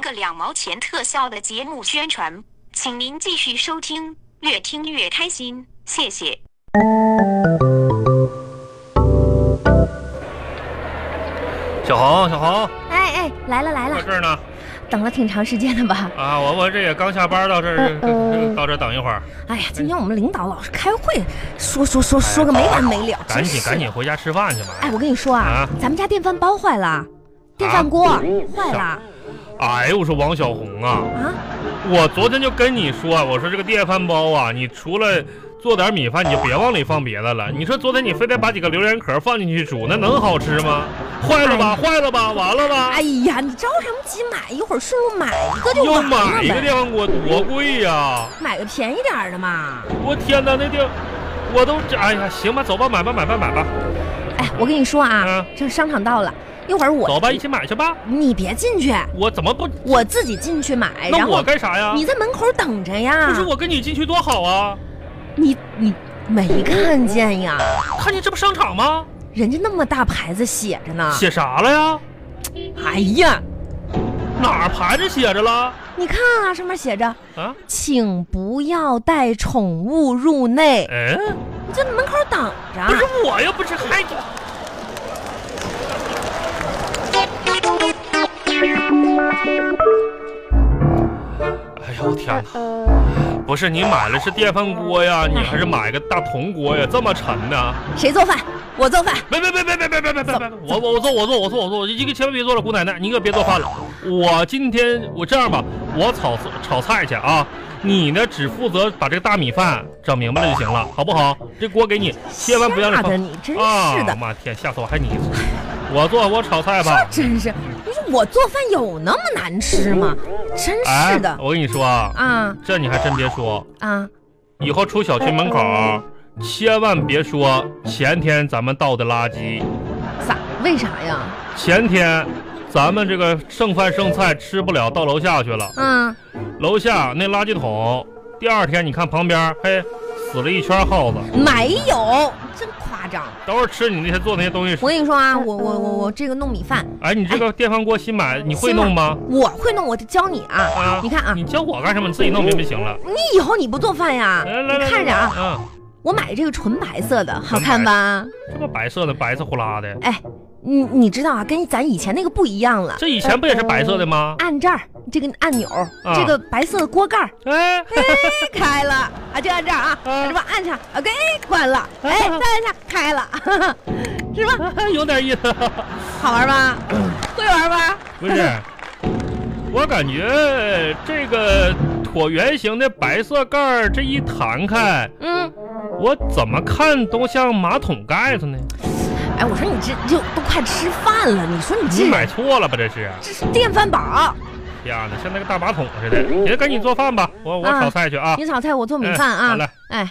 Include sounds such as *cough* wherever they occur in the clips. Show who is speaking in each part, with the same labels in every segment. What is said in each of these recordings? Speaker 1: 个两毛钱特效的节目宣传，请您继续收听，越听越开心，谢谢。
Speaker 2: 小红，小红，
Speaker 3: 哎哎，来了来
Speaker 2: 在
Speaker 3: 了，
Speaker 2: 这儿呢。
Speaker 3: 等了挺长时间的吧？
Speaker 2: 啊，我我这也刚下班，到这儿、
Speaker 3: 呃
Speaker 2: 到这儿等一会儿，
Speaker 3: 哎呀，今天我们领导老是开会，说说说说个没完没了，
Speaker 2: 哎赶
Speaker 3: 真
Speaker 2: 紧
Speaker 3: 是
Speaker 2: 赶紧！回家吃饭去吧。
Speaker 3: 哎，我跟你说啊
Speaker 2: 啊，
Speaker 3: 咱们家电饭煲坏了，电饭锅坏了
Speaker 2: 哎呦，我说王小红啊，
Speaker 3: 啊！
Speaker 2: 我昨天就跟你说，啊我说这个电饭煲啊，你除了做点米饭，你就别往里放别的了。你说昨天你非得把几个榴莲壳放进去煮，那能好吃吗？坏了吧，坏了吧，完了吧
Speaker 3: 哎。呀，你着什么急买？一会儿顺路买一个就
Speaker 2: 又
Speaker 3: 完
Speaker 2: 买一
Speaker 3: 了
Speaker 2: 个
Speaker 3: 呗，
Speaker 2: 电饭锅多贵呀、
Speaker 3: 买个便宜点儿的嘛。
Speaker 2: 我天哪，那电我都这哎呀，行吧，走吧，买吧，买吧，买吧，
Speaker 3: 哎，我跟你说啊
Speaker 2: 嗯，
Speaker 3: 这商场到了，一会儿我
Speaker 2: 走吧，一起买去吧。
Speaker 3: 你别进去，
Speaker 2: 我怎么不？
Speaker 3: 我自己进去买，
Speaker 2: 那
Speaker 3: 哎然
Speaker 2: 我
Speaker 3: 后
Speaker 2: 干啥呀？
Speaker 3: 你在门口等着呀
Speaker 2: 不。是我跟你进去多好啊！
Speaker 3: 你你没看见呀？
Speaker 2: 看见这不商场吗？
Speaker 3: 人家那么大牌子写着呢。
Speaker 2: 写啥了呀？
Speaker 3: 哎呀，
Speaker 2: 哪儿牌子写着了？
Speaker 3: 你看啊，上面写着
Speaker 2: 啊？
Speaker 3: “请不要带宠物入内
Speaker 2: 嗯，”，
Speaker 3: 你就门口等
Speaker 2: 不是
Speaker 3: 着。
Speaker 2: 我呀，不是还哎呦天哪！不是你买的是电饭锅呀，你还是买个大铜锅呀？这么沉呢？
Speaker 3: 谁做饭？我做饭。
Speaker 2: 别别别别别别别别别别！我我我做我做我做我做，你可千万别做了，姑奶奶，你可别做饭了。我今天我这样吧，我炒炒菜去啊，你呢只负责把这个大米饭整明白了就行了，好不好？这锅给你，千万不要让
Speaker 3: 吓
Speaker 2: 它
Speaker 3: 得你真
Speaker 2: 啊
Speaker 3: 是！的，啊
Speaker 2: 妈天，吓死我！还你，我做我炒菜吧。
Speaker 3: 真是！你说我做饭有那么难吃吗？真是的
Speaker 2: 哎我跟你说啊，
Speaker 3: 啊
Speaker 2: 这你还真别说，
Speaker 3: 啊！
Speaker 2: 以后出小区门口，千万别说前天咱们倒的垃圾。
Speaker 3: 咋？为啥呀？
Speaker 2: 前天咱们这个剩饭剩菜吃不了，到楼下去了。
Speaker 3: 嗯，
Speaker 2: 楼下那垃圾桶，第二天你看旁边，嘿，死了一圈耗子，
Speaker 3: 没有，真夸张。
Speaker 2: 都是吃你那些做那些东西。
Speaker 3: 我跟你说啊，我我我我这个弄米饭，
Speaker 2: 哎，你这个电饭锅新买，你会弄吗？
Speaker 3: 我会弄，我教你啊
Speaker 2: 啊。
Speaker 3: 你看啊，
Speaker 2: 你教我干什么？你自己弄明白就行了。
Speaker 3: 你以后你不做饭呀？
Speaker 2: 来来
Speaker 3: 你
Speaker 2: 来，
Speaker 3: 看着啊，
Speaker 2: 啊，
Speaker 3: 我买这个纯白色的，好
Speaker 2: 纯白
Speaker 3: 看吧？
Speaker 2: 嗯，这不白色的，白色呼啦的，
Speaker 3: 哎，你你知道啊，跟咱以前那个不一样了。
Speaker 2: 这以前不也是白色的吗？
Speaker 3: 按这儿这个按钮，
Speaker 2: 啊
Speaker 3: 这个白色的锅盖儿 *laughs*
Speaker 2: 哎，
Speaker 3: 哎开了啊，就按这儿啊，
Speaker 2: 啊
Speaker 3: 是吧？按上，OK，关了，哎，再按下开了， *laughs* 是吧？
Speaker 2: 哎 *laughs* 有点意思，
Speaker 3: 好玩吧？
Speaker 2: 嗯
Speaker 3: 会玩吧？
Speaker 2: 不是？我感觉这个椭圆形的白色盖儿这一弹开，
Speaker 3: 嗯，
Speaker 2: 我怎么看都像马桶盖子呢？
Speaker 3: 哎，我说你这就都快吃饭了，你说你
Speaker 2: 你
Speaker 3: 这
Speaker 2: 买错了吧？这是，
Speaker 3: 这是电饭煲，
Speaker 2: 天哪，像那个大马桶似的。你赶紧做饭吧，我我
Speaker 3: 啊
Speaker 2: 炒菜去啊。
Speaker 3: 你炒菜，我做米
Speaker 2: 嗯
Speaker 3: 饭
Speaker 2: 好
Speaker 3: 啊
Speaker 2: 嘞。
Speaker 3: 哎，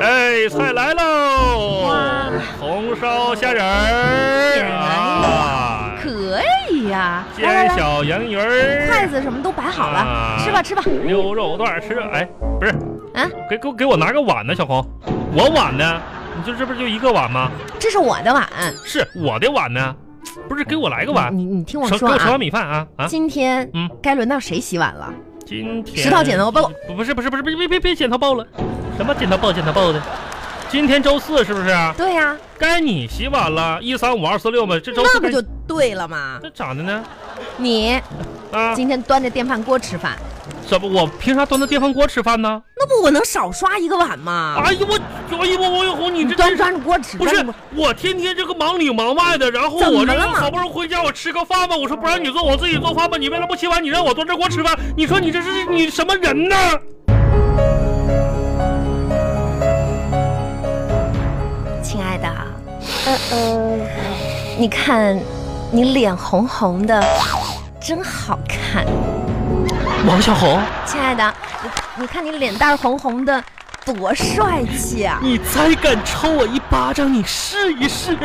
Speaker 2: 哎，菜来喽
Speaker 3: 哇，
Speaker 2: 红烧虾仁儿啊，
Speaker 3: 可以呀，来
Speaker 2: 煎
Speaker 3: 来来，
Speaker 2: 小洋鱼儿，
Speaker 3: 筷子什么都摆好了，
Speaker 2: 啊
Speaker 3: 吃吧吃吧。
Speaker 2: 牛肉段儿吃。哎，不是，
Speaker 3: 啊，
Speaker 2: 给给我给我拿个碗呢，小红，我碗呢？你就这不是就一个碗吗？
Speaker 3: 这是我的碗，
Speaker 2: 是我的碗呢？不是，给我来个碗，
Speaker 3: 你你听我
Speaker 2: 盛给
Speaker 3: 说
Speaker 2: 我盛
Speaker 3: 啊
Speaker 2: 碗，米饭啊啊！
Speaker 3: 今天
Speaker 2: 嗯
Speaker 3: 该轮到谁洗碗了？
Speaker 2: 今天
Speaker 3: 石头剪刀布，
Speaker 2: 不不是不是不是别别别别剪刀布了，什么剪刀布剪刀布的？今天周四是不是？啊
Speaker 3: 对呀，
Speaker 2: 该你洗碗了，一三五二四六嘛，这周四
Speaker 3: 那不
Speaker 2: 该
Speaker 3: 就对了吗？
Speaker 2: 那咋的呢？
Speaker 3: 你
Speaker 2: 啊，
Speaker 3: 今天端着电饭锅吃饭，
Speaker 2: 怎么我凭啥端着电饭锅吃饭呢？
Speaker 3: 那不我能少刷一个碗吗？
Speaker 2: 哎呦我，哎呦我王小红，你这
Speaker 3: 啊端
Speaker 2: 真是
Speaker 3: 端着锅吃，
Speaker 2: 不
Speaker 3: 端
Speaker 2: 是
Speaker 3: 着锅
Speaker 2: 我天天这个忙里忙外的，然后
Speaker 3: 怎么
Speaker 2: 我这
Speaker 3: 了嘛
Speaker 2: 好不容易回家我吃个饭吧，我说不让你做，我自己做饭吧，你为了不洗碗，你让我端着锅吃饭，你说你这是你什么人呢？
Speaker 3: 亲爱的，呃你看你脸红红的，真好看。
Speaker 2: 王小红，
Speaker 3: 亲爱的，你你看你脸蛋儿红红的，多帅气啊！
Speaker 2: 你再敢抽我一巴掌，你试一试。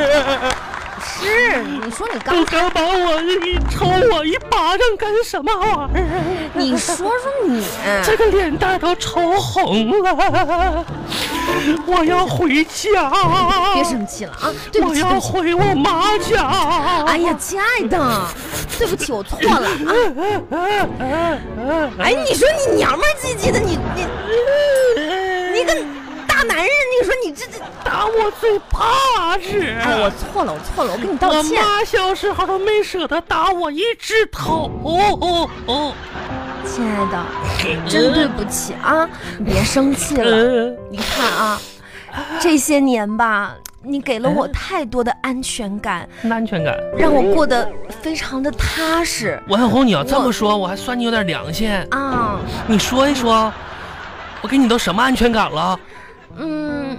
Speaker 3: 是，你说你刚
Speaker 2: 不，敢把我你抽我一巴掌干什么玩意儿？
Speaker 3: 你说说你，
Speaker 2: 这个脸蛋都抽红了，我要回家，哦
Speaker 3: 别生气了啊！对不
Speaker 2: 我
Speaker 3: 起，对
Speaker 2: 要
Speaker 3: 不起。
Speaker 2: 回我妈家。
Speaker 3: 哎呀，亲爱的，对不起，我错了啊！哎，你说你娘们儿唧唧的，你你你个大男人，你说你这这，
Speaker 2: 打我最怕是，
Speaker 3: 哎，我错了，我错了，我跟你道
Speaker 2: 我
Speaker 3: 歉。
Speaker 2: 妈小时候都没舍得打我一指头。哦哦
Speaker 3: 亲爱的，真对不起啊！你别生气了。
Speaker 2: 哦，
Speaker 3: 你看啊，这些年吧，你给了我太多的安全感，
Speaker 2: 嗯，安全感。
Speaker 3: 让我过得非常的踏实
Speaker 2: 王小红，你要这么说，我还算你有点良心。
Speaker 3: 啊。
Speaker 2: 你说一说，我给你都什么安全感了？
Speaker 3: 嗯，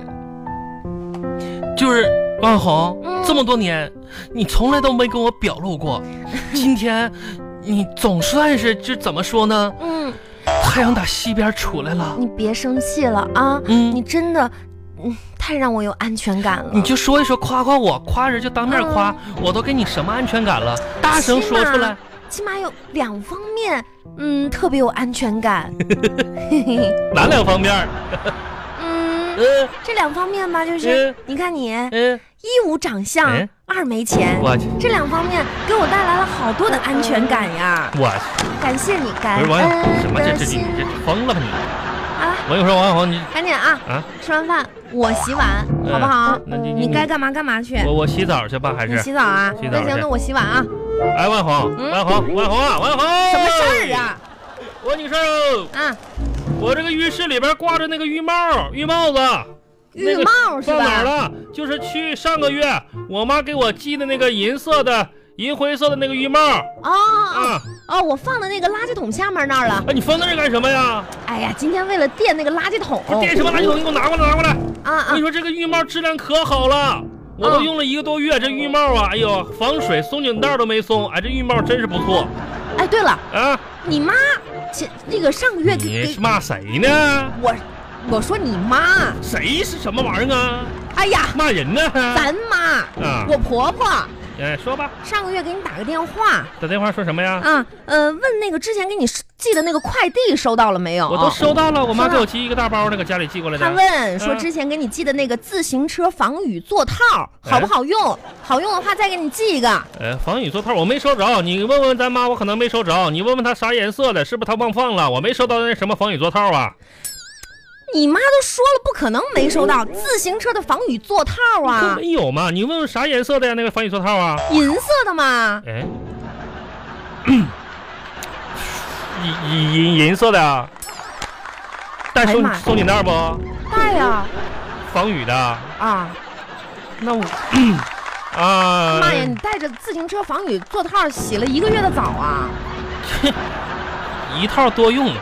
Speaker 2: 就是王小红，
Speaker 3: 嗯
Speaker 2: 这么多年，你从来都没跟我表露过，今天。你总算是就怎么说呢？
Speaker 3: 嗯，
Speaker 2: 太阳打西边出来了，
Speaker 3: 你别生气了啊！
Speaker 2: 嗯
Speaker 3: 你真的，嗯，太让我有安全感了。
Speaker 2: 你就说一说，夸夸我，夸人就当面夸，我都给你什么安全感了？大声说出来。
Speaker 3: 嗯起码有两方面，嗯，特别有安全
Speaker 2: *laughs*
Speaker 3: 感。嘿嘿嘿
Speaker 2: 哪两方面儿？
Speaker 3: 嗯，
Speaker 2: 嗯
Speaker 3: 这两方面吧，就是
Speaker 2: 嗯
Speaker 3: 你看你
Speaker 2: 嗯，
Speaker 3: 一无长相
Speaker 2: 哎，
Speaker 3: 二没钱，
Speaker 2: 我去，
Speaker 3: 这两方面给我带来了好多的安全感呀！
Speaker 2: 我去，
Speaker 3: 感谢你，感
Speaker 2: 不是王小红，哎什
Speaker 3: 恩
Speaker 2: 么这
Speaker 3: 的
Speaker 2: 这你
Speaker 3: 心
Speaker 2: 这疯了吧你？
Speaker 3: 啊！
Speaker 2: 我跟你说，王小红，你
Speaker 3: 赶紧啊，
Speaker 2: 啊，
Speaker 3: 吃完饭我洗碗，
Speaker 2: 嗯
Speaker 3: 好不好？
Speaker 2: 那你
Speaker 3: 你该干嘛干嘛去，
Speaker 2: 我我洗澡去吧，还
Speaker 3: 你
Speaker 2: 是？
Speaker 3: 洗澡啊？
Speaker 2: 洗澡
Speaker 3: 那行，
Speaker 2: 去
Speaker 3: 那我洗碗啊。
Speaker 2: 哎，万红，
Speaker 3: 嗯
Speaker 2: 万红，万红啊，万红，
Speaker 3: 什么事儿？啊？
Speaker 2: 我跟你说哦，
Speaker 3: 啊，
Speaker 2: 我这个浴室里边挂着那个浴帽、浴帽子。
Speaker 3: 浴帽是
Speaker 2: 放哪儿
Speaker 3: 吧？
Speaker 2: 了？就是去上个月我妈给我寄的那个银色的、银灰色的那个浴帽
Speaker 3: 哦哦
Speaker 2: 啊！
Speaker 3: 哦，我放在那个垃圾桶下面那儿了。
Speaker 2: 哎，你放那儿干什么呀？
Speaker 3: 哎呀，今天为了垫那个垃圾桶，
Speaker 2: 我垫什么垃圾桶？你给我拿过来，拿过来！
Speaker 3: 哦啊
Speaker 2: 我跟
Speaker 3: 啊
Speaker 2: 你！说，这个浴帽质量可好了，我都
Speaker 3: 嗯
Speaker 2: 用了一个多月，这浴帽啊，哎呦，防水，松紧带都没松，哎，这浴帽真是不错
Speaker 3: 哎，对了，
Speaker 2: 啊！
Speaker 3: 你妈前那个上个月给
Speaker 2: 你
Speaker 3: 给
Speaker 2: 是骂谁呢？
Speaker 3: 我，我说你妈，
Speaker 2: 谁是什么玩意儿啊？
Speaker 3: 哎呀，
Speaker 2: 骂人呢？
Speaker 3: 咱妈，
Speaker 2: 啊，
Speaker 3: 我婆婆
Speaker 2: 哎，说吧，
Speaker 3: 上个月给你打个电话
Speaker 2: 打电话说什么呀？
Speaker 3: 啊，呃，问那个之前给你寄的那个快递收到了没有？
Speaker 2: 我都收到了，我妈
Speaker 3: 收到
Speaker 2: 给我寄一个大包，那个家里寄过来
Speaker 3: 他
Speaker 2: 的。
Speaker 3: 问说
Speaker 2: 嗯
Speaker 3: 之前给你寄的那个自行车防雨座套
Speaker 2: 哎
Speaker 3: 好不好用？好用的话再给你寄一个。
Speaker 2: 呃，防雨座套我没收着，你问问咱妈，我可能没收着。你问问她啥颜色的，是不是她忘放了？我没收到那什么防雨座套啊。
Speaker 3: 你妈都说了不可能没收到自行车的防雨座套
Speaker 2: 都
Speaker 3: 啊，
Speaker 2: 没有嘛？你问问啥颜色的呀？那个防雨座套啊？
Speaker 3: 银色的嘛。 *coughs*
Speaker 2: 哎，银银银银色的啊？带
Speaker 3: 哎呀
Speaker 2: 松
Speaker 3: 妈呀
Speaker 2: 松紧带不？
Speaker 3: 带呀
Speaker 2: 防雨的？
Speaker 3: 啊，
Speaker 2: 那我 *coughs* 啊，
Speaker 3: 妈呀！你带着自行车防雨座套洗了一个月的澡啊？
Speaker 2: 一套多用的嘛，